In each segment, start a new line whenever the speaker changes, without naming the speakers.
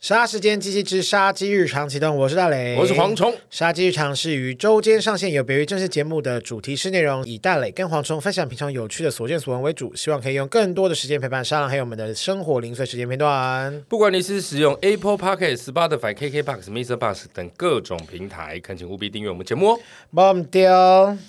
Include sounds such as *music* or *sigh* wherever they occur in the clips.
杀时间机器之杀鸡日常启动，我是大雷，
我是蝗。虫。
杀鸡日常是于周间上线，有别于正式节目的主题式内容，以大磊跟蝗虫分享平常有趣的所见所闻为主，希望可以用更多的时间陪伴沙浪，还有我们的生活零碎时间片段。
不管你是使用 Apple Podcast、Spotify、KKBox、Mr. Box 等各种平台，恳请务必订阅我们节目哦。
bomb 丢，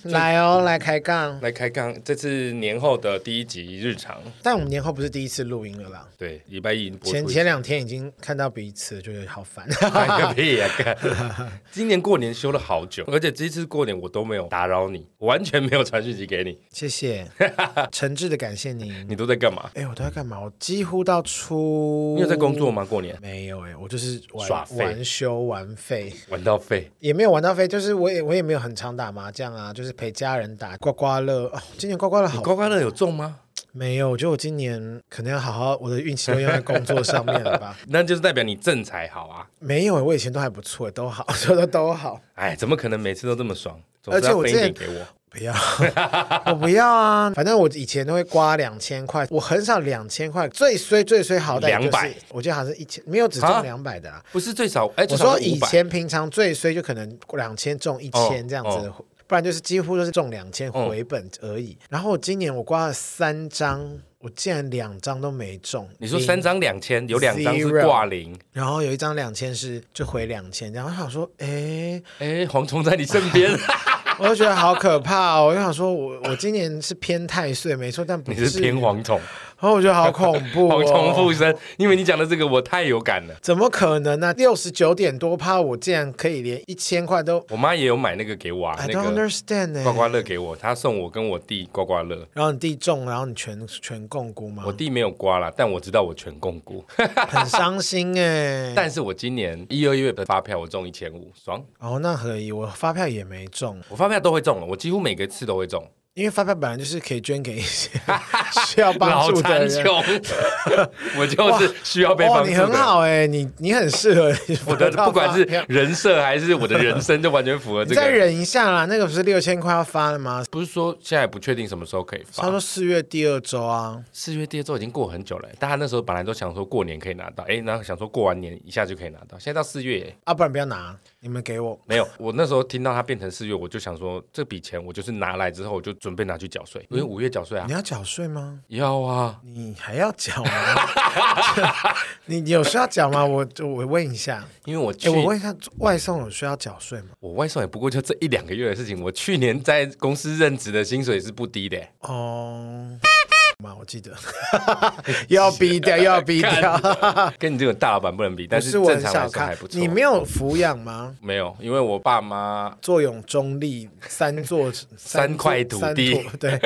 来哦，来开杠。
来开杠，这次年后的第一集日常，
但我们年后不是第一次录音了啦，
对，礼拜一已经播出
前
*laughs*
前两天已经看到彼此，觉得好烦。 *laughs*
看个屁呀、干 *laughs* 今年过年休了好久，而且这次过年我都没有打扰你，我完全没有传讯息给你，
谢谢，
*laughs*
诚挚的感谢您。
你都在干嘛？
哎，我都在干嘛？我几乎到初，
你有在工作吗？过年
没有哎、我就是玩
耍废
玩休玩废，
玩到废，
也没有玩到废，就是我也我也没有很常打麻将啊，就是陪家人打刮刮乐。哦，今年刮刮乐好
刮刮乐有中吗？
没有，我觉得我今年可能要好好我的运气都用在工作上面了
*laughs*
吧？
那就是代表你正财好啊！
没有、欸，我以前都还不错，都好， *laughs* 说的都好。
哎，怎么可能每次都这么爽？总
而
是
且
要
我
分一
之
点
前
给我。
不
*laughs*
要，我不要啊！反正我以前都会刮两千块，我很少两千块，最衰最衰好歹就是
200，
我记得好像是一千，没有只中
啊
两百的啦。
不是最少，哎、
我
至少
说
是哦
以
500
前平常最衰就可能两千中一千这样子的，不然就是几乎都是中两千
哦
回本而已。然后我今年我刮了三张，我竟然两张都没中。
你说
零
三，张两千，有两张是
Zero
挂零。
然后有一张两千是就回两千，然后我想说，哎，
哎，蝗虫在你身 *laughs* 边，
我就觉得好可怕哦。我就想说我我今年是偏太岁没错，但不
你是偏蝗虫，
然后我觉得好恐怖、哦，
蝗虫附身。因为你讲的这个，我太有感了。
怎么可能呢、六十九点多趴，我竟然可以连一千块都
我妈也有买那个给我啊，
，I
那
don't
个
understand 呢、
刮刮乐给我，她送我跟我弟刮刮乐。
然后你弟中，然后你全全共估吗
我？弟没有刮啦，但我知道我全共估。
很伤心哎、
*laughs* 但是我今年一、二月的发票我中一千五，爽！
哦，那可以，我发票也没中，
我发票都会中了，我几乎每个次都会中。
因为发票本来就是可以捐给一
*laughs*
些需要帮
老
助的
残
人。
穷， *laughs* 我就是需要被帮
哇，
助
你
的
很
人。
好哎、你你很适合
我的 *laughs*
发到
不管是
发票
人设还是我的
*laughs*
人生，就完全符合
你
这
再
个。
忍一下啦，那个不是六千块要发了吗？
不是说现在不确定什么时候可以
差不
发，
多四月第二周啊，
四月第二周已经过很久了，大家那时候本来都想说过年可以拿到，哎，然后想说过完年一下就可以拿到，现在到四月耶
啊，不然不要拿，你们给我。 *laughs*
没有。我那时候听到它变成四月，我就想说这笔钱我就是拿来之后我就准备拿去缴税，因为五月缴税啊
嗯你，要缴税吗？
要啊。
你还要缴
*laughs*
吗？ *laughs* 你你有需要缴吗？我我问一下，
因为我去、
哎，我问一下，外送有需要缴税吗？
我外送也不过就这一两个月的事情，我去年在公司任职的薪水是不低的耶，
哦，妈，我记得， *laughs* 又要逼掉，又要逼掉，
啊跟你这种大老板不能比，但
不
是
是我
正
很
常来
小
说还
看
不，错。
你没有抚养吗？
没有，因为我爸妈
坐拥中立三
*laughs*
座
三块
座
土
三
地
坨
*laughs*
对，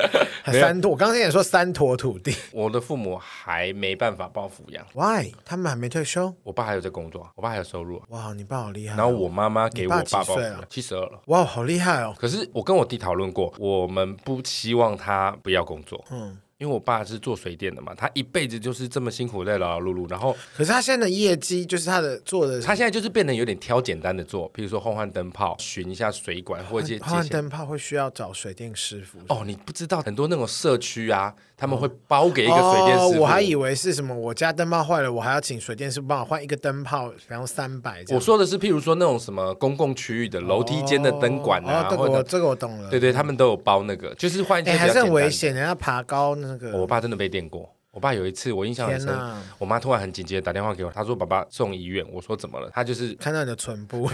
三坨。我刚才也说三坨土地
我的父母还没办法帮我抚养，
，Why？他们还没退休？
我爸还有在工作，我爸还有收入，
哇，你爸好厉害哦！
然后我妈妈给我
你爸
爸
几
帮我
岁
抚
啊
养，七十二了。
哇，好厉害哦！
可是我跟我弟讨论过，我们不希望他不要工作，嗯，因为我爸是做水电的嘛，他一辈子就是这么辛苦在劳劳碌碌，然后
可是他现在的业绩，就是他的做的
他现在就是变得有点挑简单的做，譬如说换换灯泡、巡一下水管或者接
换
接线。
灯泡会需要找水电师傅。
哦，你不知道很多那种社区啊，他们会包给一
一
个水电师傅。
哦我还以为是什么，我家灯泡坏了，我还要请水电师傅帮我换一个灯泡，然后三百。
我说的是，譬如说那种什么公共区域的楼梯间的灯管
哦，
啊，
这个
或者
我这个我懂了。
对对，他们都有包那个，就是换一些
哎，
比较
还是
简
很
单
危
的。
险，人家爬高那个。
我爸真的被电过。我爸有一次，我印象很深
天哪，
我妈突然很紧急的打电话给我，她说：“爸爸送医院。”我说：“怎么了？”她就是
看到你的唇
*laughs*
部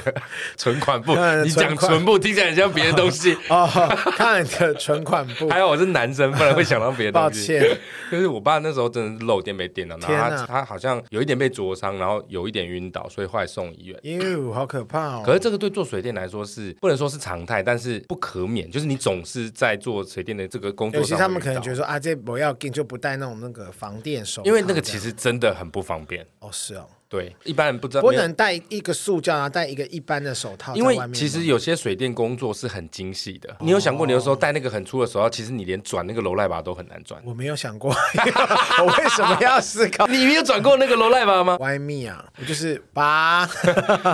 存款部
嗯，
你讲
存款
存部听起来很像别的东西。
哦，看到你的存款
*laughs*
部，
还好我是男生，不然会想到别的
抱
东西。
歉，
*laughs* 就是我爸那时候真的是漏电被电了，然后
天
他
哪
他好像有一点被灼伤，然后有一点晕倒，所以后来送医院。
哟，好可怕哦！
可是这个对做水电来说是不能说是常态，但是不可免，就是你总是在做水电的这个工作
尤
上
其
会遇到，
他们可能觉得说啊，这不要进就不带那种那个防电手套这样，
因为那个其实真的很不方便。
哦是哦，
对，一般人不知道，
不
没有
能戴一个塑胶，然啊后戴一个一般的手套在
因
外
为
面吗，
其实有些水电工作是很精细的，你有想过，你有时候戴那个很粗的手套，其实你连转那个楼赖把都很难转。
我没有想过， *laughs* 我为什么要思考
你没有转过那个楼赖
*laughs*
把吗？
？Why me 啊？我就是拔， *laughs*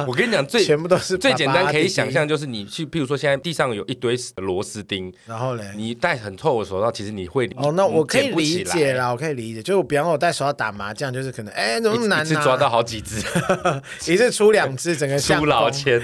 我跟你讲，最
全部都是
最简单可以想
拔拔滴
象，就是你去，譬如说现在地上有一堆螺丝钉，
滴。然后嘞，
你戴很厚的手套，其实你会
哦，那我可以
捡不
理
起来
解啦，我可以理解。就比方我戴手套打麻将，就是可能哎，怎么那么
一
难
次
拿？
抓到好
*laughs*
几只，
一次出两只，整个
*laughs*
相
出老
公 *laughs*
千，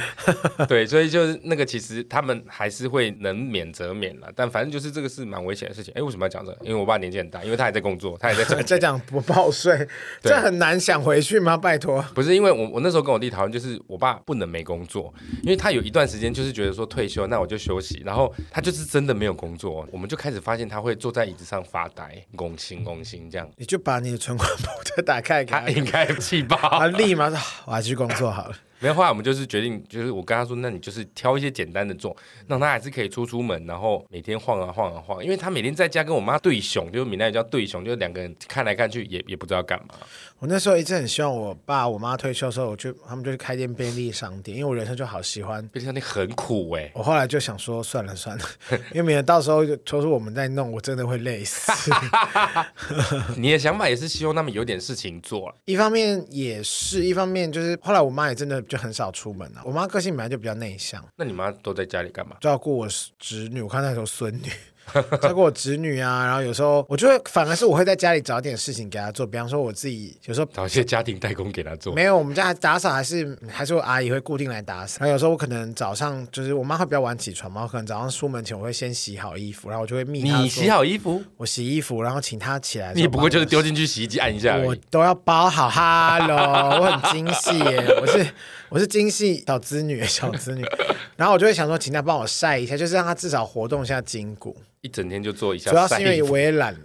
对，所以就是那个，其实他们还是会能免则免了，但反正就是这个是蛮危险的事情。哎，为什么要讲这个？因为我爸年纪很大，因为他还在工作，他还
*laughs*
在赚钱。
再讲不报税，
对
这很难想回去吗？拜托，
不是因为我我那时候跟我弟讨论，就是我爸不能没工作，因为他有一段时间就是觉得说退休，那我就休息，然后他就是真的没有工作，我们就开始发现他会坐在椅子上发呆，拱心拱心这样，
你就把你的存款簿再打开给他
他应该气
他
爆。
立马说啊我还去工作好了。
没有，后来我们就是决定，就是我跟他说，那你就是挑一些简单的做，让他还是可以出出门，然后每天晃啊晃啊晃，因为他每天在家跟我妈对熊，就是闽南语叫对熊，就是两个人看来看去也也不知道干嘛。
我那时候一直很希望我爸我妈退休的时候，我就他们就去开店便利商店，因为我人生就好喜欢。
毕竟你很苦哎、
我后来就想说，算了
*laughs*
算了，因为免得到时候就都是我们在弄，我真的会累死。 *laughs*
你的想法也是希望他们有点事情做啊了，
一方面也是，一方面就是后来我妈也真的就很少出门了、啊我妈个性本来就比较内向，
那你妈都在家里干嘛？
照顾我侄女，我看那时候孙女。 *laughs* 照顾我侄女啊，然后有时候我就会，反而是我会在家里找点事情给她做，比方说我自己有时候
找一些家庭代工给他做。
没有，我们家打扫还是嗯还是我阿姨会固定来打扫。然后有时候我可能早上就是我妈会比较晚起床嘛，我可能早上出门前我会先洗好衣服，然后我就会密她说
你洗好衣服，
我洗衣服，然后请她起来。
你不过就是丢进去洗衣机按一下
我
而已。
都要包好哈喽，我很精细耶，我是 *laughs* 我是精细小资女小资女，然后我就会想说，请她帮我晒一下，就是让她至少活动一下筋骨。
一整天就做一下
主要
晒
是因
衣
为
服，
我也懒了，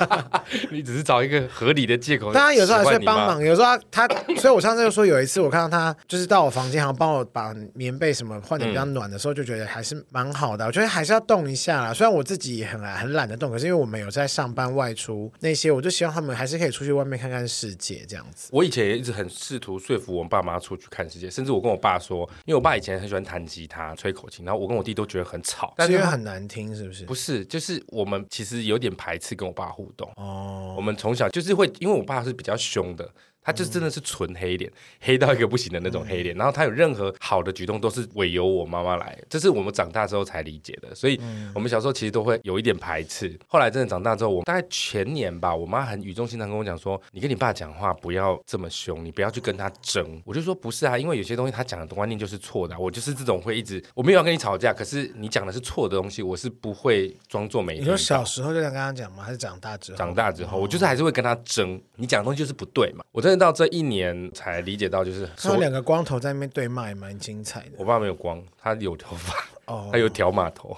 *laughs* 你只是找一个合理的借口。
但他有时候还是会
使唤你妈
帮。忙，有时候啊他他，所以我上次就说有一次我看到他就是到我房间，好像帮我把棉被什么换的比较暖的时候，就觉得还是蛮好的。我觉得还是要动一下啦，虽然我自己也很懒很懒得动，可是因为我们有在上班外出那些，我就希望他们还是可以出去外面看看世界这样子。
我以前也一直很试图说服我爸妈出去看世界，甚至我跟我爸说，因为我爸以前很喜欢弹吉他、吹口琴，然后我跟我弟都觉得很吵，但
是因
是
为
他
很难听，是不是
不？是，就是我们其实有点排斥跟我爸互动。
哦，
我们从小就是会，因为我爸是比较凶的，他就真的是纯黑脸，黑到一个不行的那种黑脸。然后他有任何好的举动都是委由我妈妈来，这是我们长大之后才理解的。所以我们小时候其实都会有一点排斥。后来真的长大之后，我大概前年吧，我妈很语重心长跟我讲说：“你跟你爸讲话不要这么凶，你不要去跟他争。”我就说：“不是啊，因为有些东西他讲的观念就是错的啊、我就是这种会一直我没有要跟你吵架，可是你讲的是错的东西，我是不会装作没
你
听到
说。”小时候就这样跟他讲吗？还是长大之后？
长大之后，我就是还是会跟他争，你讲的东西就是不对嘛。我真的到这一年才理解到，就是
看到
所
两个光头在那边对骂，也蛮精彩的 *laughs*
我爸没有光，他有头发，
哦
他有条
*laughs*
码头，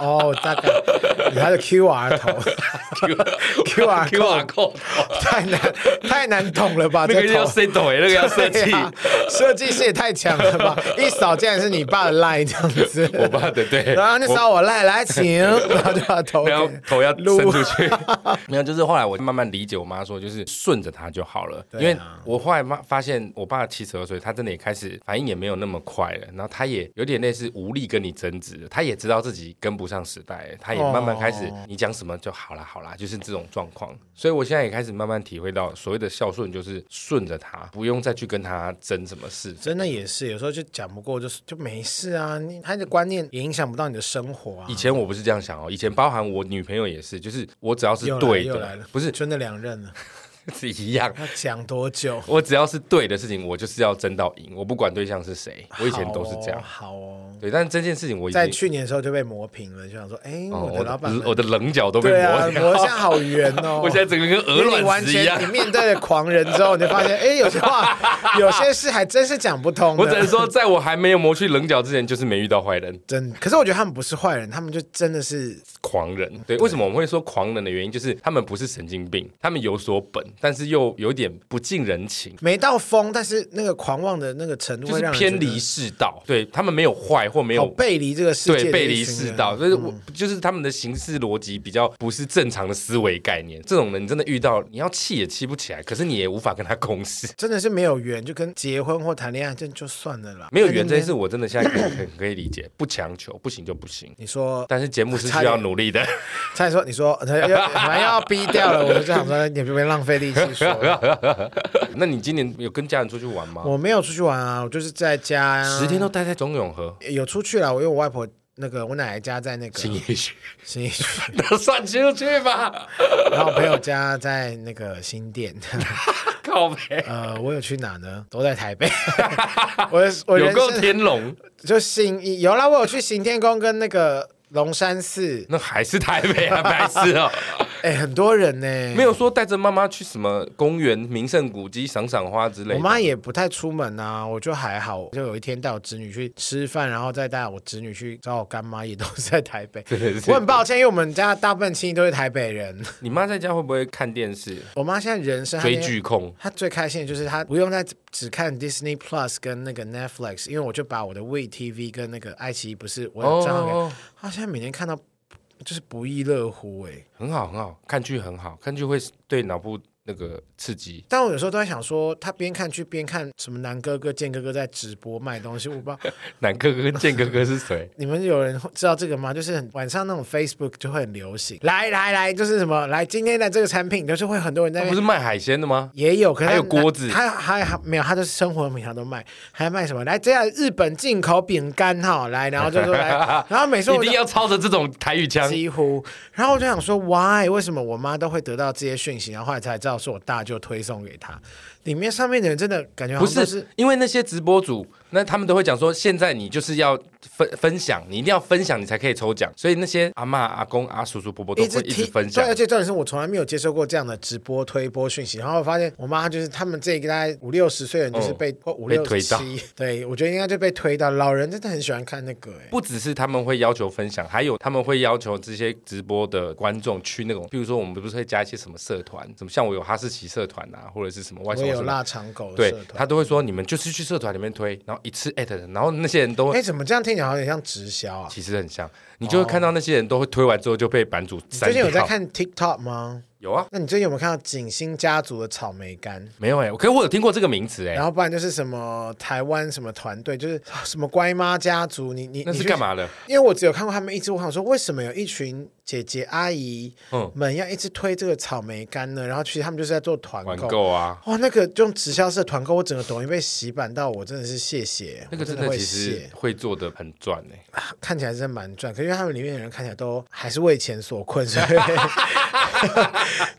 哦。大概他的 QR 头 QR
Q R
code *laughs*
code，
太难太难懂了吧？
那个
这
要
头
set 头那个要设计
对。啊设计师也太强了吧！
*laughs*
一扫竟然是你爸的 line 这样子，
我爸的对，
然后你扫我 line 来请，然后就把头
然后
给
头要
撸
伸出
*laughs*
去，没有，就是后来我慢慢理解我妈说，就是顺着她就好了。
啊
因为我后来妈发现，我爸七十二岁，他真的也开始反应也没有那么快了，然后他也有点类似无力跟你争执，他也知道自己跟不上时代，他也慢慢开始
哦
你讲什么就好啦好啦，就是这种状况。所以我现在也开始慢慢体会到，所谓的孝顺就是顺着他，不用再去跟他争什么事。
真的也是，有时候就讲不过，就是就没事啊。你他的观念也影响不到你的生活啊
以。前我不是这样想哦，以前包含我女朋友也是，就是我只要是
又来
对
又来
的
了，，
不是 *laughs*
真的两任了，
是一样，
要讲多久？
我只要是对的事情，我就是要争到赢，我不管对象是谁。我以前都是这样，
好哦。好哦
对。但是这件事情我已经
在，去年的时候就被磨平了，就想说，哎，
哦
我的老板们，
我的棱角都被
对啊
磨，掉，
磨一下好圆哦。
*laughs* 我现在整个跟
因为
鹅
你
卵
完
石一样
全，你。面对了狂人之后，你就发现，哎，有些话，有些事还真是讲不通的。
*laughs* 我只能说，在我还没有磨去棱角之前，就是没遇到坏人，
真的，可是我觉得他们不是坏人，他们就真的是
狂人。对，为什么我们会说狂人的原因，就是他们不是神经病，他们有所本，但是又有点不近人情。
没到疯，但是那个狂妄的那个程度
就
会
是
让人
偏
觉得
离世道，对他们没有坏或没
好
有
背离这个世界
对
的
背
一
离
群
世
人
道，就是我、就是他们的行事逻辑比较不是正常的思维概念。这种人你真的遇到，你要气也气不起来，可是你也无法跟他共事。
真的是没有缘，就跟结婚或谈恋爱这就算了啦。
没有缘这件
是
事，我真的现在可以可以可以理解，不强求，不行就不行。
你说，
但是节目是
差
需
点
要努力的，
差点说你说，他要还要逼掉了，我就想说，你别别浪费力气说了。
*laughs* 那你今年有跟家人出去玩吗？
我没有出去玩啊，我就是在家呀、
十天都待在中永和，
有出去啦，我因为我外婆那个我奶奶家在那个
新野区，
新义区，
那算就去吧，
然后我朋友家在那个新店。 *laughs*
靠北，
呃，我有去哪呢？都在台北。 *laughs* 我的我
有
人
够
生
天龙，
就新义有啦，我有去行天宫跟那个龙山寺，
那还是台北啊，白痴 *laughs* 哦、
哎、很多人呢、
没有说带着妈妈去什么公园、名胜古迹赏赏花之类的。
我妈也不太出门啊，我就还好。就有一天带我侄女去吃饭，然后再带我侄女去找我干妈，也都是在台 *laughs* 北。
对
我很抱歉，因为我们家大部分亲戚都是台北人。
你妈在家会不会看电视、
我妈现在人生
追，剧控？
她最开心的就是她不用再只看 Disney Plus 跟那个 Netflix，因为我就把我的 We TV 跟那个爱奇艺不是我有账号给她，
哦，
她现在每天看到就是不亦乐乎哎、
很好很好，看剧很好，看剧会对脑部那个刺激。
但我有时候都在想说，她边看剧边看什么南哥哥、健哥哥在直播卖东西，我不知道。？
南哥哥跟健哥哥是谁
你们有人知道这个吗？就是很晚上那种 Facebook 就会很流行，来来来，就是什么来今天的这个产品，就是会很多人在 *laughs*
他
那
不
边。
是卖海鲜的吗？
也有，可是他
还有锅子
他还还没有，他就是生活用品，他都卖，还卖什么？来，这样日本进口饼干哈，来，然后就说
*laughs*
来，然后每次
一
我就
定要操着这种台语腔。
几乎，然后我就想说，why？为什么我妈都会得到这些讯息？然后后来才知道是我大舅推送给她，里面上面的人真的感觉好
不
像都
是，因为那些直播主，那他们都会讲说，现在你就是要分分享，你一定要分享，你才可以抽奖。所以那些阿嬷、阿公、阿叔叔、伯伯都
一
会
直
一直
提
分享
对，而。且重点是我从来没有接受过这样的直播推播讯息。然后我发现我妈就是他们这个大概五六十岁的人，就是被、或五
嗯被
六
推
七
到，
对我觉得应该就被推到。老人真的很喜欢看那个、欸，
不只是他们会要求分享，还有他们会要求这些直播的观众去那种，比如说我们不是会加一些什么社团，什么像我有哈士奇社团啊，或者是什么外
我
送
也有
什么，
腊肠狗的
对
社团。
他都会说你们就是去社团里面推，然后一次艾特人，然后那些人都
哎、
会。
怎么这样听起来好像有点像直销啊？
其实很像，你就会看到那些人都会推完之后就被版主
哦你
删
最近有在
掉。
看 TikTok 吗？
有啊，
那你最近有没有看到景星家族的草莓干？
没有哎、可是我有听过这个名词哎、
然后不然就是什么台湾什么团队，就是什么乖妈家族，你你
那
你
是
去
干嘛的？
因为我只有看过他们一直，我想说为什么有一群姐姐阿姨
嗯
们要一直推这个草莓干呢？然后其实他们就是在做团
玩
购。
够啊，
哇，那个用直销式的团购，我整个抖音被洗版到，我真的是谢谢。
那个
我真
真的
会
其实
谢，
会做的很赚哎、
看起来真蛮赚，可是因为他们里面的人看起来都还是为钱所困，所以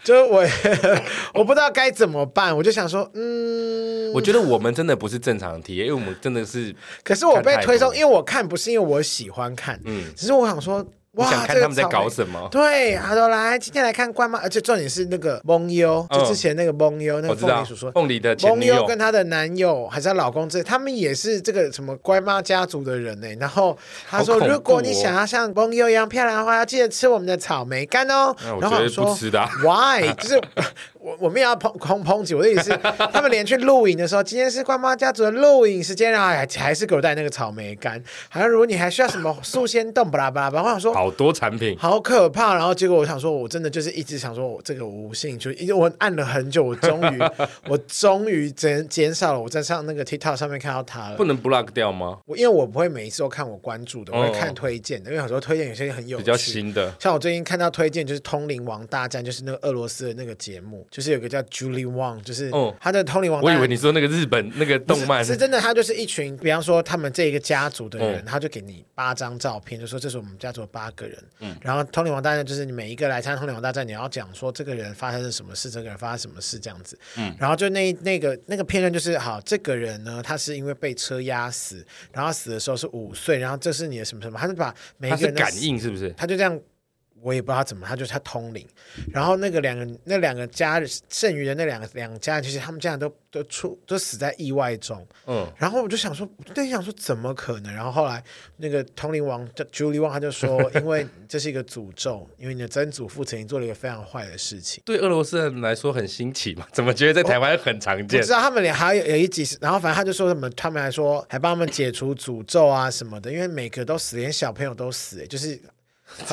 就是我我不知道该怎么办，我就想说，嗯，
我觉得我们真的不是正常的体验，因为我们真的是
可是我被推
看太
送，
多
因为我看不是因为我喜欢看，嗯，只是我想说。
你
哇，
想看
这个
他们在
草莓
搞什么。
对，他说来，今天来看关妈，而且重点是那个蒙优，
嗯
就之前那个蒙优，那
我
个
知
凤
道
梨叔说，
凤梨的前
蒙
女
优
友
跟她的男友还是她老公这，他们也是这个什么乖妈家族的人呢、欸然后他说，
好恐怖哦
如果你想要像蒙优一样漂亮的话，要记得吃我们的草莓干哦
那。我
然后我
觉得
说
不吃的啊
Why？就是我 *laughs* 我们也要抨抨抨击，我的意思
*laughs*
是，他们连去露营的时候，今天是关妈家族的露营时间，然后还还是给我带那个草莓干，好像如果你还需要什么素鲜冻，巴拉巴拉巴拉，我想说。
好多产品，
*laughs* 好可怕！然后结果我想说，我真的就是一直想说，我这个我无兴趣，因为我按了很久，我终
*laughs*
于，我终于减减少了我在上那个 TikTok 上面看到它了
不。能 block 掉吗？
我因为我不会每一次都看我关注的，我会
哦
看推荐的，因为很多推荐有些很有
比
趣。
较新的，
像我最近看到推荐就是《通灵王大战》，就是那个俄罗斯的那个节目，就是有个叫 Julie Wang，就是
哦
他的《通灵王大
我
战》
以为你说那个日本那个动漫
是真的，他就是一群，比方说他们这一个家族的
嗯
人，他就给你八张照片，就说这是我们家族的八个人。
嗯
然后通灵王大战就是你每一个来参加通灵王大战，你要讲说这个人发生了什么事，这个人发生什么事这样子。
嗯
然后就那那个那个片段就是，好，这个人呢，他是因为被车压死，然后死的时候是五岁，然后这是你的什么什么，他就把每一
它
个
是
人的
感应是不是？
他就这样，我也不知道他怎么，他就他通灵。然后那个两个那两个家剩余的那两个两家人，其实他们家人都都出都死在意外中。
嗯，
然后我就想说，我就想说怎么可能？然后后来那个通灵王叫 Julie Wang，他就说，因为这是一个诅咒， *laughs* 因为你的曾祖父曾经做了一个非常坏的事情。
对俄罗斯人来说很新奇嘛， *laughs* 怎么觉得在台湾很常
我
见
知？道他们俩还有有一集是，然后反正他就说什么，他们还说还帮他们解除诅咒啊什么的，因为每个都死，连小朋友都死、就是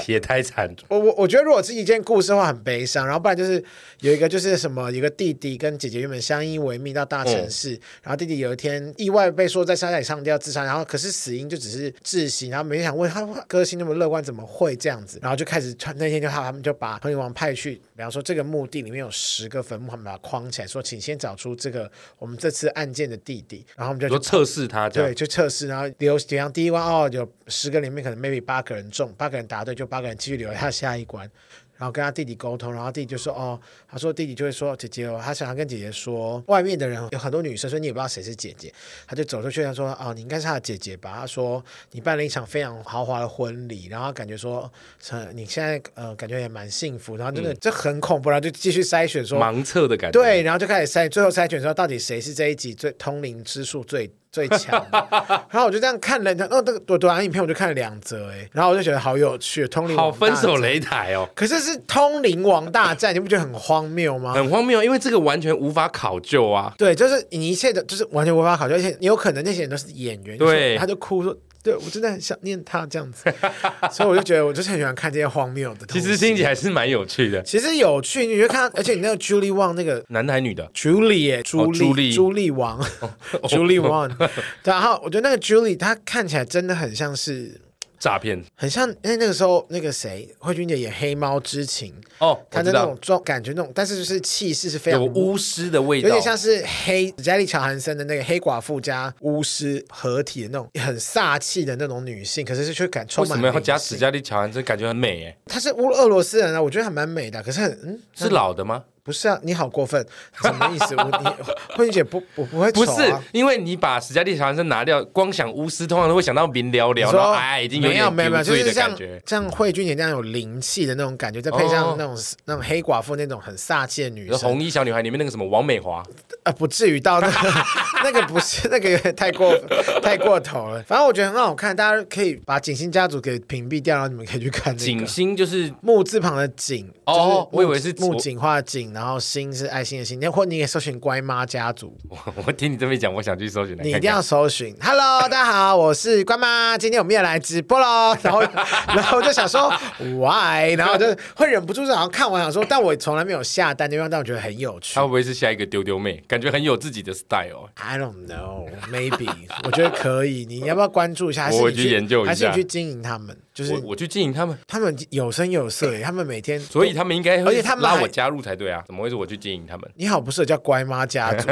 也太惨了。
我我我觉得，如果是一件故事的话，很悲伤。然后不然就是有一个就是什么，一个弟弟跟姐姐原本相依为命到大城市，然后弟弟有一天意外被说在山海上吊自杀，然后可是死因就只是窒息，然后没想问他歌星那么乐观怎么会这样子，然后就开始传那天就他他们就把亨利王派去，比方说这个墓地里面有十个坟墓，他们把它框起来，说请先找出这个我们这次案件的弟弟，然后我们就
你说测试他这
对，
样，
就测试，然后留怎样？第一关哦，有十个里面可能 maybe 八个人中，八个人答对，就八个人继续留下下一关。然后跟他弟弟沟通，然后弟弟就说：“哦，他说弟弟就会说姐姐哦，他想要跟姐姐说，外面的人有很多女生，所以你也不知道谁是姐姐。”他就走出去，他说：“哦，你应该是他的姐姐吧？”他说：“你办了一场非常豪华的婚礼，然后感觉说，呃你现在呃感觉也蛮幸福，然后真的、这很恐怖，然后就继续筛选说
盲测的感觉。
对，然后就开始筛，最后筛选说到底谁是这一集最通灵之术最最强的。然后我就这样看了，哦，那个短短影片我就看了两则哎，然后我就觉得好有趣，通灵
好
王大
分手
战。
擂台哦，
可是是通灵王大战，你不觉得很荒谬吗？
很荒谬，因为这个完全无法考究啊。
对，就是你一切的，就是完全无法考究，而且有可能那些人都是演员，
对
就是他就哭说。对，我真的很想念他这样
*laughs*
子，所以我就觉得我就是很喜欢看这些荒谬的东
其
西。
实听起来是蛮有趣的，
其实有趣，你就看到，而且你那个 Julie Wang 那个
男的还女的？
Julie，朱
哦朱
莉，
莉哦
朱莉王 *laughs* ，Julie Wang。然后我觉得那个 Julie，她看起来真的很像是，
诈骗
很像，因为那个时候那个谁，慧君姐演《黑猫之情》，
哦，
她
我
的那
知道
种，状感觉那种，但是就是气势是非常
有巫师的味
有
道，
点像是黑加里乔韩森的那个黑寡妇加巫师合体的那种很飒气的那种女性，可是是却敢充
为
满
什么要
灵
加
性
史嘉丽乔安？真感觉很美哎，
她是乌俄罗斯人啊，我觉得还蛮美的，可是很嗯，
是老的吗？
不是啊，你好过分，什么意思？我你 *laughs* 慧君姐不，我不会丑
不
啊、
是，因为你把史嘉丽·乔安森拿掉，光想巫师，通常都会想到明寥
你
寥，然
说
后哎，已经有
没有
点
没有没有，就
醉
是
的感
像
觉。
像慧君姐那样有灵气的那种感觉，再配上
哦
那种、那种黑寡妇那种很飒气的女
有
生，
红衣小女孩里面那个什么王美华，
呃，不至于到那
*laughs*
个那个不是那个有点太过 *laughs* 太过头了。反正我觉得很好看，大家可以把景星家族给屏蔽掉，然后你们可以去看那
景
个。
星就是
木字旁的景
哦
就是木
我以为是
木槿花的景，然后心是爱心的心，或你也搜寻乖妈家族，
我我听你这么一讲，我想去搜寻来
你
看
一
看。
定要搜寻。Hello，大家
*laughs*
好，我是关妈，今天我们要来直播喽。然后，然后我就想说 why，然后我就会忍不住想要看完，想说，但我从来没有下单那方，但我觉得很有趣
她。会不会是下一个丢丢妹？感觉很有自己的 style 哦。
I don't know, maybe 我觉得可以。你要不要关注一下？还是
*laughs* 我
你
去研究一下
还是你去经营他们？就是
我我去经营他们，
他们有声有色耶，他们每天。
所以他们应该会
而且他们还？
拉我加入才对啊，怎么会是我去经营他们 *laughs*
你好，不是叫乖妈家族，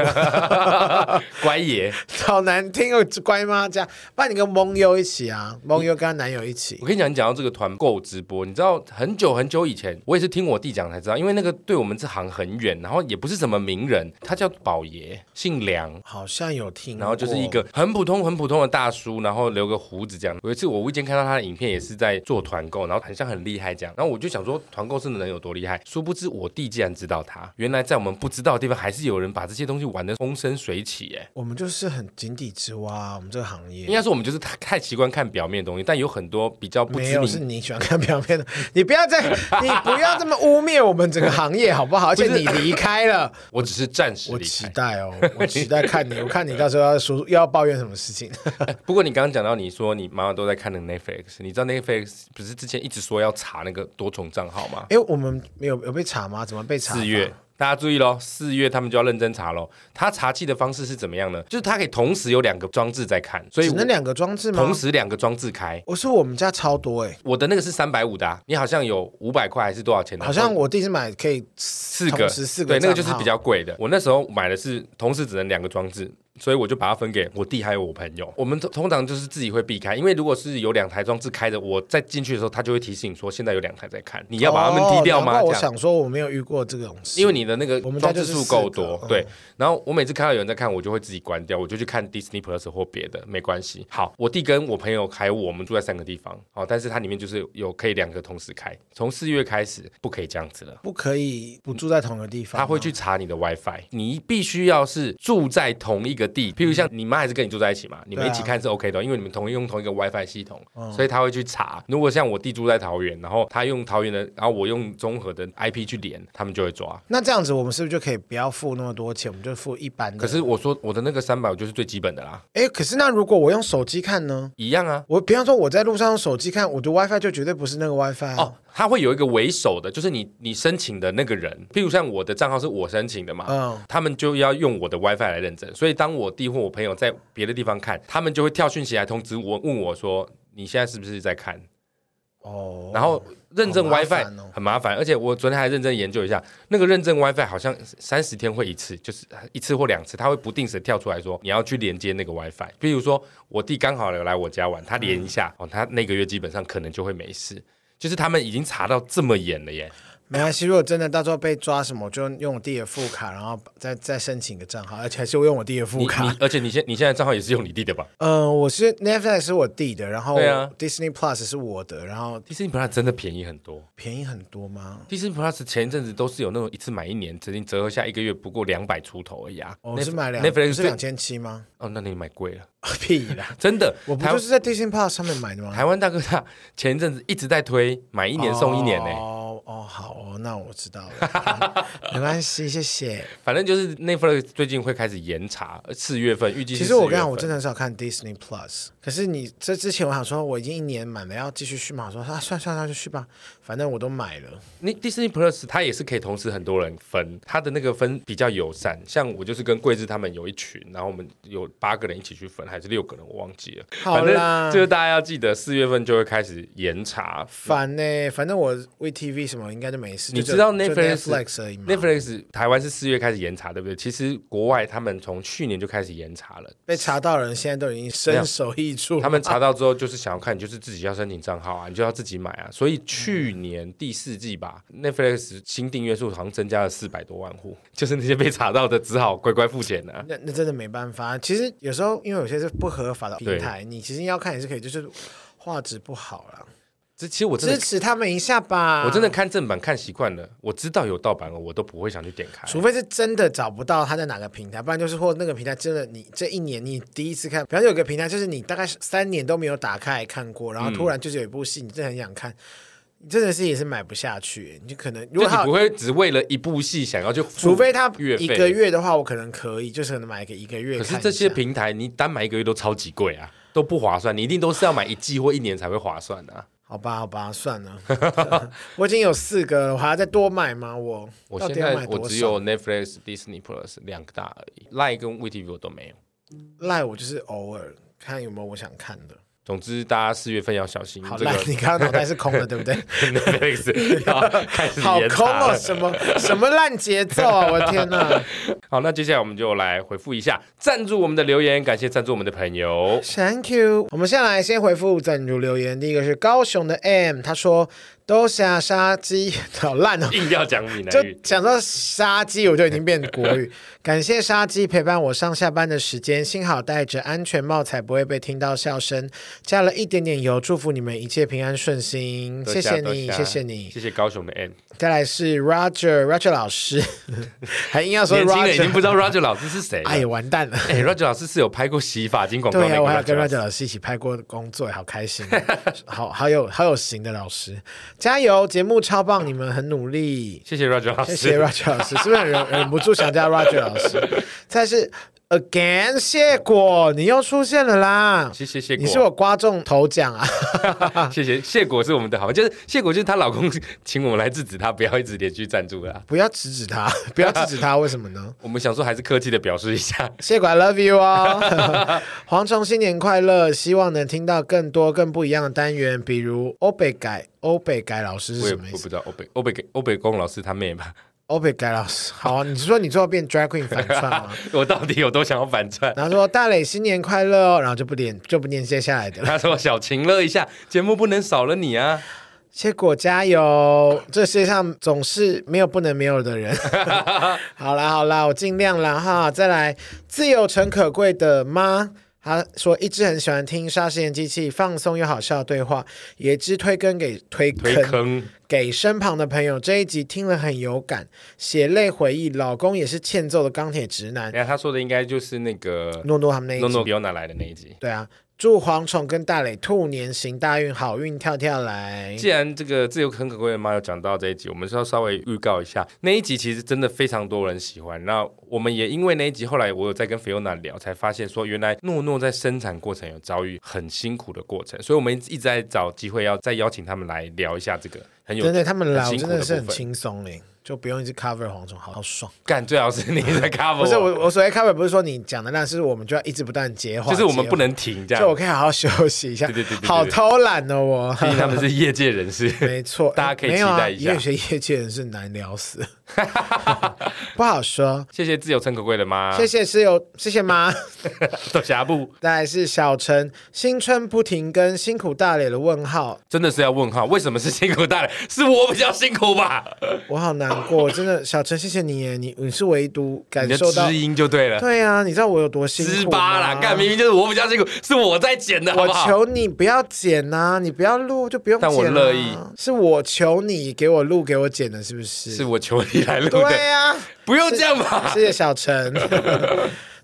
乖爷，
好难听哦，乖妈家。不然你跟蒙优一起啊，蒙优跟她男友一起
*laughs* 我。跟你讲，你讲到这个团购直播，你知道很久很久以前，我也是听我弟讲才知道，因为那个对我们这行很远，然后也不是什么名人，他叫宝爷，姓梁。
好像有听过，
然后就是一
哦
个很普通、很普通的大叔，然后留个胡子这样。有一次我无意间看到他的影片，也是在做团购，然后很像很厉害这样。然后我就想说，团购是能有多厉害？殊不知我弟竟然知道他，原来在我们不知道的地方，还是有人把这些东西玩得风生水起哎。
我们就是很井底之蛙，我们这个行
应
业。
该说我们就是太太习惯看表面的东西，但有很多比较不
没
知
有，
名
是你喜欢看表面的， *laughs* 你不要再，你不要这么污蔑我们整个行业好不好？而且你离开了，
我只 *laughs* 是暂时
我
离
期
开。
待哦，我期待看你，我看你到时候要说又要抱怨什么事情。 *laughs*
不过你刚刚讲到，你说你妈妈都在看那个 Netflix，你知道 Netflix 不是之前一直说要查那个多重账号吗？
哎，我们没有有被查吗？怎么被查？
四月，大家注意喽，四月他们就要认真查喽。他查气的方式是怎么样呢？就是他可以同时有两个装置在看，所以
只
我
能两个装置吗？
同，时两个装置开。
我说我们家超多哎，
我的那个是三百五的、啊，你好像有五百块还是多少钱的？
好像我第一次买可以四
嗯四个，
十四
对，
个账号，
那个就是比较贵的。我那时候买的是同时只能两个装置，所以我就把它分给我弟还有我朋友。我们通通常就是自己会避开，因为如果是有两台装置开着，我在进去的时候，他就会提醒说现在有两台在看，你要把它们踢掉
哦难
吗？
怪
这
我
样。
想说我没有遇过这种事，
因
为
为你的那个
我们家
装
就
置
是
数够多
四个，嗯
对。然后我每次看到有人在看，我就会自己关掉，我就去看 Disney Plus 或别的，没关系。好，我弟跟我朋友还有我们住在三个地方，哦，但是它里面就是有可以两个同时开，从四月开始不可以这样子了。
不可以不住在同一个地方，
他会去。查你的 WiFi，你必须要是住在同一个个地，譬如像你妈还是跟你住在一起嘛，你们一起看是 OK 的，因为你们同用同一个 WiFi 系统，所以他会去查。如果像我弟住在桃园，然后他用桃园的，然后我用综合的 IP 去连，他们就会抓。
那这样子，我们是不是就可以不要付那么多钱，我们就付一般的？
可是，我说我的那个三百，我就是最基本的啦，
哎，可是那如果我用手机看呢？
一样啊。
我比方说我在路上用手机看，我的 WiFi 就绝对不是那个 WiFi 啊。
哦，他会有一个为首的，就是你你申请的那个人，譬如像我的账号是我申请的嘛，
嗯
他们就要用我的 WiFi 来认证。所以当我弟或我朋友在别的地方看，他们就会跳讯息来通知我，问我说你现在是不是在看？
哦，
然后认证
好麻
WiFi
烦哦
很麻烦，而且我昨天还认真研究一下，那个认证 WiFi 好像三十天会一次，就是一次或两次，它会不定时跳出来说你要去连接那个 WiFi。比如说我弟刚好有来我家玩，他连一下、哦，他那个月基本上可能就会没事。就是他们已经查到这么严了耶，
没关系，如果真的到时候被抓什么，我就用我弟的副卡，然后再再申请个账号，而且还是我用我弟的
你
副
你
卡。
而且你现你现在账号也是用你弟的吧
嗯、我是 Netflix 是我弟的，然后
对啊
Disney Plus 是我的，然后
？Disney Plus 真的便宜很多
便宜很多吗？
，Disney Plus 前一阵子都是有那种一次买一年，曾经折合下一个月不过两百出头而已啊。
哦我、是买两，不
Netflix
是两千七吗？ *laughs*
哦，那你买贵了，
屁啦，
真的。
我不
台湾
就是在 Disney Plus 上面买的吗？
台湾大哥大前一阵子一直在推买一年送一年欸呢、
哦哦，好哦，那我知道了， *laughs* 没关系，谢谢。
反正就是 Netflix 最近会开始严查，四月份预计是
其实我
4月
跟你讲，
份
我真的很少看 Disney Plus。可是你这之前，我想说我已经一年满了，要继续续嘛？我说啊，算算那就续吧，反正我都买了。
你 Disney Plus 它也是可以同时很多人分，它的那个分比较友善。像我就是跟桂枝他们有一群，然后我们有八个人一起去分，还是六个人我忘记了。
好
反
啦
正就是大家要记得四月份就会开始严查。
烦呢、欸反正我 VTV 什么应该就没事。
你
就
知道
就
Netflix-
Netflix 而已嘛
嗯 Netflix 台湾是四月开始严查，对不对？其实国外他们从去年就开始严查了，
被查到的人现在都已经身首异处。
他们查到之后，就是想要看，你就是自己要申请账号啊，你就要自己买啊。所以去年第四季吧、n e t f l i x 新订阅数好像增加了四百多万户， *laughs* 就是那些被查到的，只好乖乖付钱了、啊。
那那真的没办法。其实有时候因为有些是不合法的平台，你其实要看也是可以，就是画质不好啦，
这其实我真
支
的，
持他们一下吧。
我真的，看正版看习惯了，我知道有盗版了，我都不会想去点开。
除非是真的找不到他在哪个平台，不然就是或那个平台真的你这一年你第一次看，比方说有个平台就是你大概三年都没有打开来看过，然后突然就是有一部戏你真的很想看，你真的是也是买不下去，你就可能如
就
果
你
它有
不会只为了一部戏想要去付，
除非他
月费
一个。月的话，我可能可以，就是可能买个一个月
可
看一下。
是这些平台，你单买一个月都超级贵啊，都不划算。你一定都是要买一季或一年才会划算啊。
好吧，好吧，算了， *laughs* 我已经有四个了，我还要再多买吗？我
我
到
现
底要
在
买
我
多
只
少？
有 Netflix、Disney Plus 两个大而已，Line 跟 VTV 我都没有。
赖我就是偶尔看有没有我想看的。
总之，大家四月份要小心
好
这
赖
个，
你刚刚脑袋是空的，对不对？
*laughs*
*laughs*
Netflix 要开始
好
严
空
查
哦，
了。
什么什么烂节奏啊！我的天
*laughs*
哪，
好，那接下来我们就来回复一下赞助我们的留言，感谢赞助我们的朋
*laughs*
友。
Thank you。我们先来先回复赞助留言，第一个是高雄的 M，他说都下杀鸡，好烂
*laughs*
哦。
硬要讲闽
就
南语，
讲到杀鸡，我就已经变国语。 *laughs* 感谢杀鸡陪伴我上下班的时间，幸好戴着安全帽才不会被听到笑声。加了一点点油，祝福你们一切平安顺心。谢谢
多
你，
下
谢谢你。
谢谢高雄的 M。
再来是 Roger，Roger 老师， *laughs* 还硬要说
年轻人已经
Roger，
不知道 Roger 老师是谁了。
哎呀，完蛋了。
哎，Roger 老师是有拍过洗发精广告
对呀、
那
我还有
个
跟
Roger
Roger 老师一起拍过工作，好开心 *laughs* 哦、好好有好有型的老师，加油！节目超棒，你们很努力。
谢谢 Roger 老
谢谢
师。
Roger 老师，是不是很 *laughs* 忍忍不住想叫 Roger 老师？再是 again，谢果，你又出现了啦！
谢谢谢
你是我
果，
刮中头奖啊！ *laughs*
谢谢谢果是我们的好朋友，就是谢果就是她老公 *laughs* 请我们来制止她不要一直连续赞助啦。
不要制止他，不要制止他，为什么呢？
我们想说还是客气的表示一下，
谢果，I love you 哦！ *laughs* 蝗虫新年快乐，希望能听到更多更不一样的单元，比如欧北改。欧北改老师是
我也
什
我
么意
不
思？
知道欧北欧北欧北公老师他妹吧，
欧北改老师，好啊！你是说你最后变 drag queen 反串吗？
*laughs* 我到底有多想要反串？
然后说大磊新年快乐哦，然后就不念就不念接下来的了。
他说：“小晴乐一下，节目不能少了你啊！
结果加油！这世界上总是没有不能没有的人。好啦好啦，我尽量啦哈。再来，自由诚可贵的妈，他说一直很喜欢听《杀时间机器》，放松又好笑的对话，也之推更给推
推坑，
给身旁的朋友。这一集听了很有感，血泪回忆，老公也是欠揍的钢铁直男
等。一下哎他说的应该就是那个
诺诺他们那一集
诺诺比欧娜来的那一集。
对啊，祝蝗虫跟大磊兔年行大运，好运跳跳来。
既然这个自由很可贵的猫有讲到这一集，我们是要稍微预告一下，那一集其实真的非常多人喜欢。那我们也因为那一集，后来我有在跟菲欧娜聊，才发现说原来诺诺在生产过程有遭遇很辛苦的过程，所以我们一直在找机会要再邀请他们来聊一下这个很有
真的，他们聊
很辛
真
苦
的
部
是很
分。
轻松诶，就不用一直 cover 蝗虫，好好爽。
干最好啊是你在 cover，
不是我，我所谓 cover 不是说你讲的那，是我们就要一直不断接话，
就是我们
接话
不，能停这
就我
样。
可以好好休息一下。
对对对对对
好偷懒哦，
*laughs*
我。
毕竟他们是业界人士，
没错，
大家可以
没有啊
期待一下
因为有些业界人是难聊
*laughs*
死，不好说。
*laughs* 谢谢自由称可贵的吗？
谢谢室友，谢谢妈。
豆霞布，
再来是小陈，新春不停更，辛苦大磊的问号，
真的是要问号，为什么是辛苦大人？是我比较辛苦吧？
我好难过，真的，小陈，谢谢你耶，你你是唯独感
你的
受到
知，音就对了。
对啊，你知道我有多辛
十
苦
八
吗？
啦，干明明就是我比较辛苦，是我在剪的，好
我
不好？
求你不要剪呐、你不要录就不用剪、啊。
但我乐意，
是我求你给我录给我剪的，是不是？
*laughs* 是我求你来录
对
的，啊
呀、
不用这样吧
谢？谢小陈。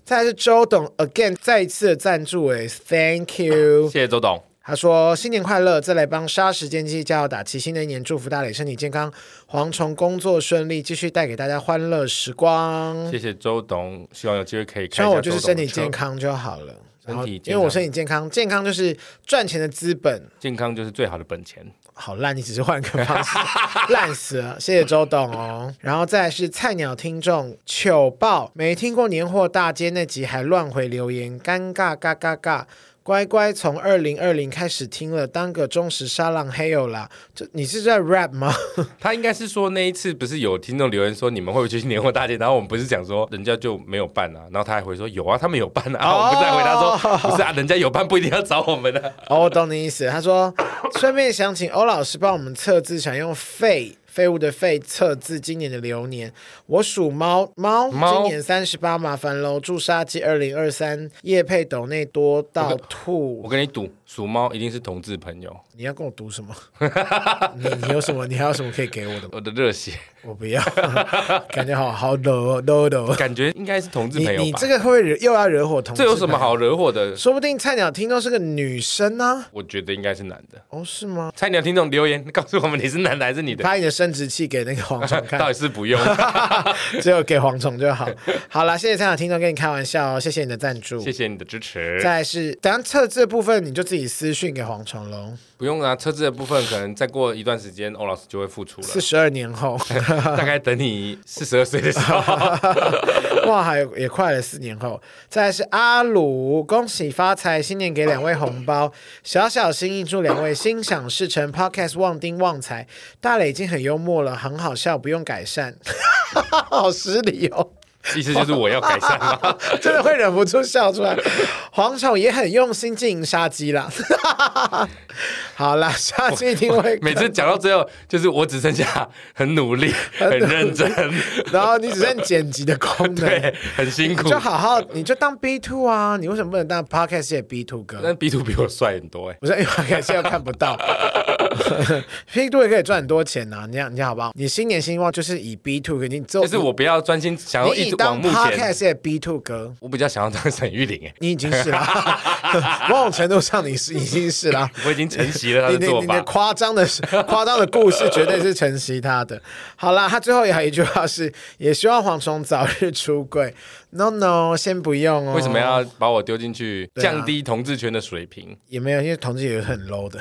再来是周董，again 再一次的赞助、哎，Thank you
*laughs* *laughs* 谢。谢周董，
他说：“新年快乐！再来帮杀时间机加油打气，新的一年祝福大磊身体健康，蝗虫工作顺利，继续带给大家欢乐时光。
谢谢周董，希望有机会可以
希
看一
望
下
我
周
就
董
是
的
身体
车
健，康就好了。然后，
身体
因
健
为我
康
身体健康，健康就是赚钱的资本。
健康就是最好的本钱。
好烂，你只是换个
*laughs*
方式，烂死了。谢谢周董哦。然后再来是菜鸟听众糗爆，没听过年货大街那集还乱回留言，尴尬尬尬尬。乖乖从二零二零开始听了，当个忠实沙浪黑友啦。这你是在 rap 吗？
他应该是说那一次不是有听众留言说你们会不会去年货大街，然后我们不是讲说人家就没有办啊，然后他还回说有啊，他们有办啊，然 *laughs* 后我们再回答说不是啊，人家有办不一定要找我们啊。
哦，我懂你意思。他说，顺便想请欧老师帮我们测字，想用废废物的废测字今年的流年。我属猫，猫
猫
今年三十八，麻烦喽。祝杀鸡二零二三叶配斗内多到吐
*laughs* 我。跟你赌，属猫一定是同志朋友，
你要跟我读什么？你你有什么？你还有什么可以给我的吗？
我的热血
我不要， *laughs* 感觉好好 low 哦 low 的哦。
感觉应该是同志
你
朋友
你
吧
这。个会不会惹又要惹火同？
这有什么？好惹火的？
说不定菜鸟听众是个女生呢、
我觉得应该是男的。
哦，是吗？
菜鸟听众留言告诉我们你是男的还是女的，
把你的生殖器给那个蝗 *laughs* 虫看
*laughs* 到。底
*laughs*
是不用。
只有给蝗虫就好。好啦，谢谢参考听众跟你开玩笑哦，谢谢你的赞助
谢。谢你的支持。
再来是，等下测字的部分你就自己私讯给蝗虫喽。
不用啊，车子的部分可能再过一段时间，欧老师就会复出了
四。十二年
*laughs*
后，
大概等你四十二岁的时候，
*laughs* 哇，还有也快了四年后。再来是阿鲁，恭喜发财，新年给两位红包，小小心意祝两位心想事成，Podcast 旺丁旺财。大磊已经很幽默了，很好笑，不用改
*laughs*
善，好失礼哦。
意思就是我要改善
*laughs*
了。
真的会忍不住笑出来。蝗虫也很用心经营杀鸡啦， *laughs* 好啦，杀鸡一定会。
每次讲到最后，就是我只剩下很努
*laughs*
力、很认真，
然后你只剩剪辑的功能
*laughs* 对，，很辛
你
苦
就。好好，你就当 B two 啊，你为什么不能当 podcast 界 B two 哥？
但 B two 比我帅很多哎、
不是，因为 podcast 现在看不
*laughs*
到，B two 也可以赚很多钱呐、你看，你好不好？你新年新希望就是以 B two 给你做，
就是我不要专心，想要
你
一
以
直往
当
目
podcast
前。
界 B two 哥。
我比较想要当沈玉玲哎、
你已经是
*laughs*
啦，某种程度上你是已经是啦。
我已经承袭了
*laughs*
他
你
的
你
做
你的
法。
夸张的 *laughs* 夸张的故事绝对是承袭他的。好啦，他最后有一句话是，也希望蝗虫早日出柜。No No，先不用哦。
为什么要把我丢进去，
对啊
降低同志圈的水平？ *laughs*
也没有，因为同志也有很 low 的，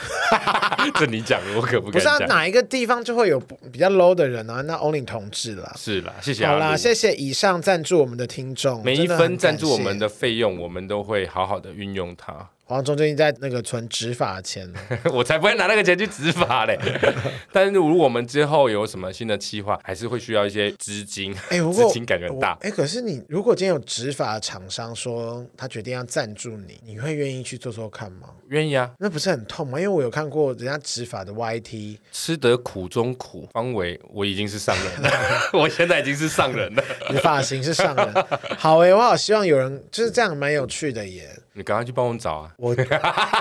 这你讲的，我可不
不
敢
是啊
讲。，
哪一个地方就会有比较 low 的人啊？那 only 同志啦。
是啦，谢谢阿
好
鲁
啦，谢谢以上赞助我们的听众，
每一
真的很
分
感
赞助我们
谢
的费用，我们都会好好的运用它。
黄忠最近在那个存植发
*laughs*
钱，
我才不会拿那个钱去植发嘞。 *laughs* 但是如果我们之后有什么新的计划，还是会需要一些资金，
*laughs* 哎、如
资
果
金感觉很
我
大。
哎、可是你如果今天有执法厂商说他决定要赞助你，你会愿意去做做看吗？
愿意啊，
那不是很痛吗？因为我有看过人家执法的 YT，
吃得苦中苦，方为我已经是上人了， *laughs* 我现在已经是上人了。 *laughs*
你发型是上人， *laughs* 好哎、我好希望有人就是这样，蛮有趣的耶。
你赶快去帮我找啊！
我， *laughs* 你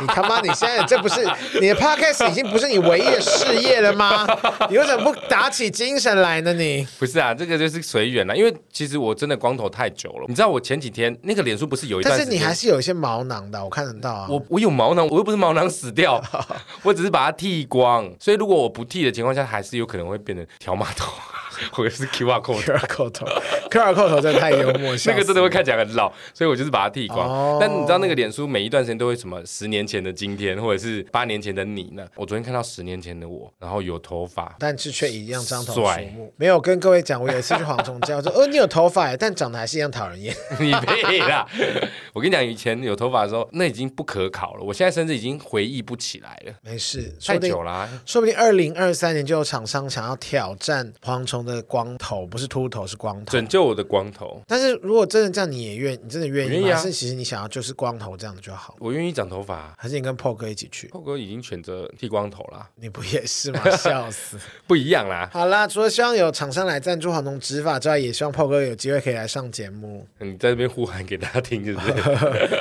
他妈，你现在这不是你的 podcast 已经不是你唯一的事业了吗？ *laughs* 你为什么不打起精神来呢你？
不是啊，这个就是随缘啦。因为其实我真的光头太久了，你知道我前几天那个脸书不是有一段
但
时
是
间，
你还是有一些毛囊的，我看得到啊。
我我有毛囊，我又不是毛囊死
*laughs*
掉，我只是把它剃光。所以如果我不剃的情况下，还是有可能会变成条码头， *laughs* 或者是 QR code。
QR 扣头，QR 扣头真的太幽默，
那个
笑死
真的会看起来很老，所以我就是把它剃光。
哦
但你知道那个脸书每一段时间都会什么十年前的今天，或者是八年前的你呢？我昨天看到十年前的我，然后有头发，
但是却一样张头鼠
帅
目。没有跟各位讲，我有一次去黄忠家，我说：“哦，你有头发耶，但长得还是一样讨人厌。
*laughs* 你配啦！我跟你讲，以前有头发的时候，那已经不可考了。我现在甚至已经回忆不起来了”，
没事，说
太
不定
久啦、啊
说不定二零二三年就有厂商想要挑战蝗虫的光头，不是秃头，是光头。
拯救我的光头。
但是如果真的这样，你也愿，你真的愿意
我
吗？
愿意啊
还是其实你想要就是光头这样的就好？
我愿意长头发。
还是你跟 p o 哥一起去？
后哥已经选择剃光头啦，
你不也是吗？笑死！ *laughs*
不一样啦。
好啦，除了希望有厂商来赞助黄虫执法之外，也希望 p o 哥有机会可以来上节目。
你在这边呼喊给大
*laughs*
家听，是不是？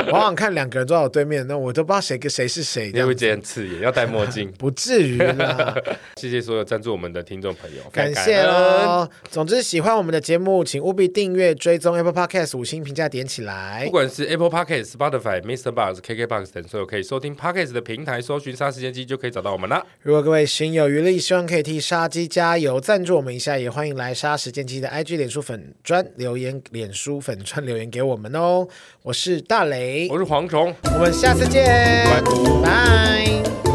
我好想看两个人坐在我对面，那我都不知道谁跟谁是谁
你
这样。
会觉得很刺眼，要戴墨镜 *laughs*
不至于啦。
谢谢所有赞助我们的听众朋友，
*laughs* 感
感
谢
恩
喽！总之，喜欢我们的节目，请务必订阅、追踪 Apple Podcast 五星评价点起
不
来。
管是 Apple Podcast、Spotify、Mr. Box、KKBox 等所有可以收听 Podcast 的平台，搜寻“杀时间机”就可以找到我们啦。
如果各位心有余力，希望可以替杀鸡加油，赞助我们一下，也欢迎来杀时间机的 IG、脸书粉专留言、脸书粉专留言给我们哦。我是大雷
我，是蝗虫。
我们下次见，拜。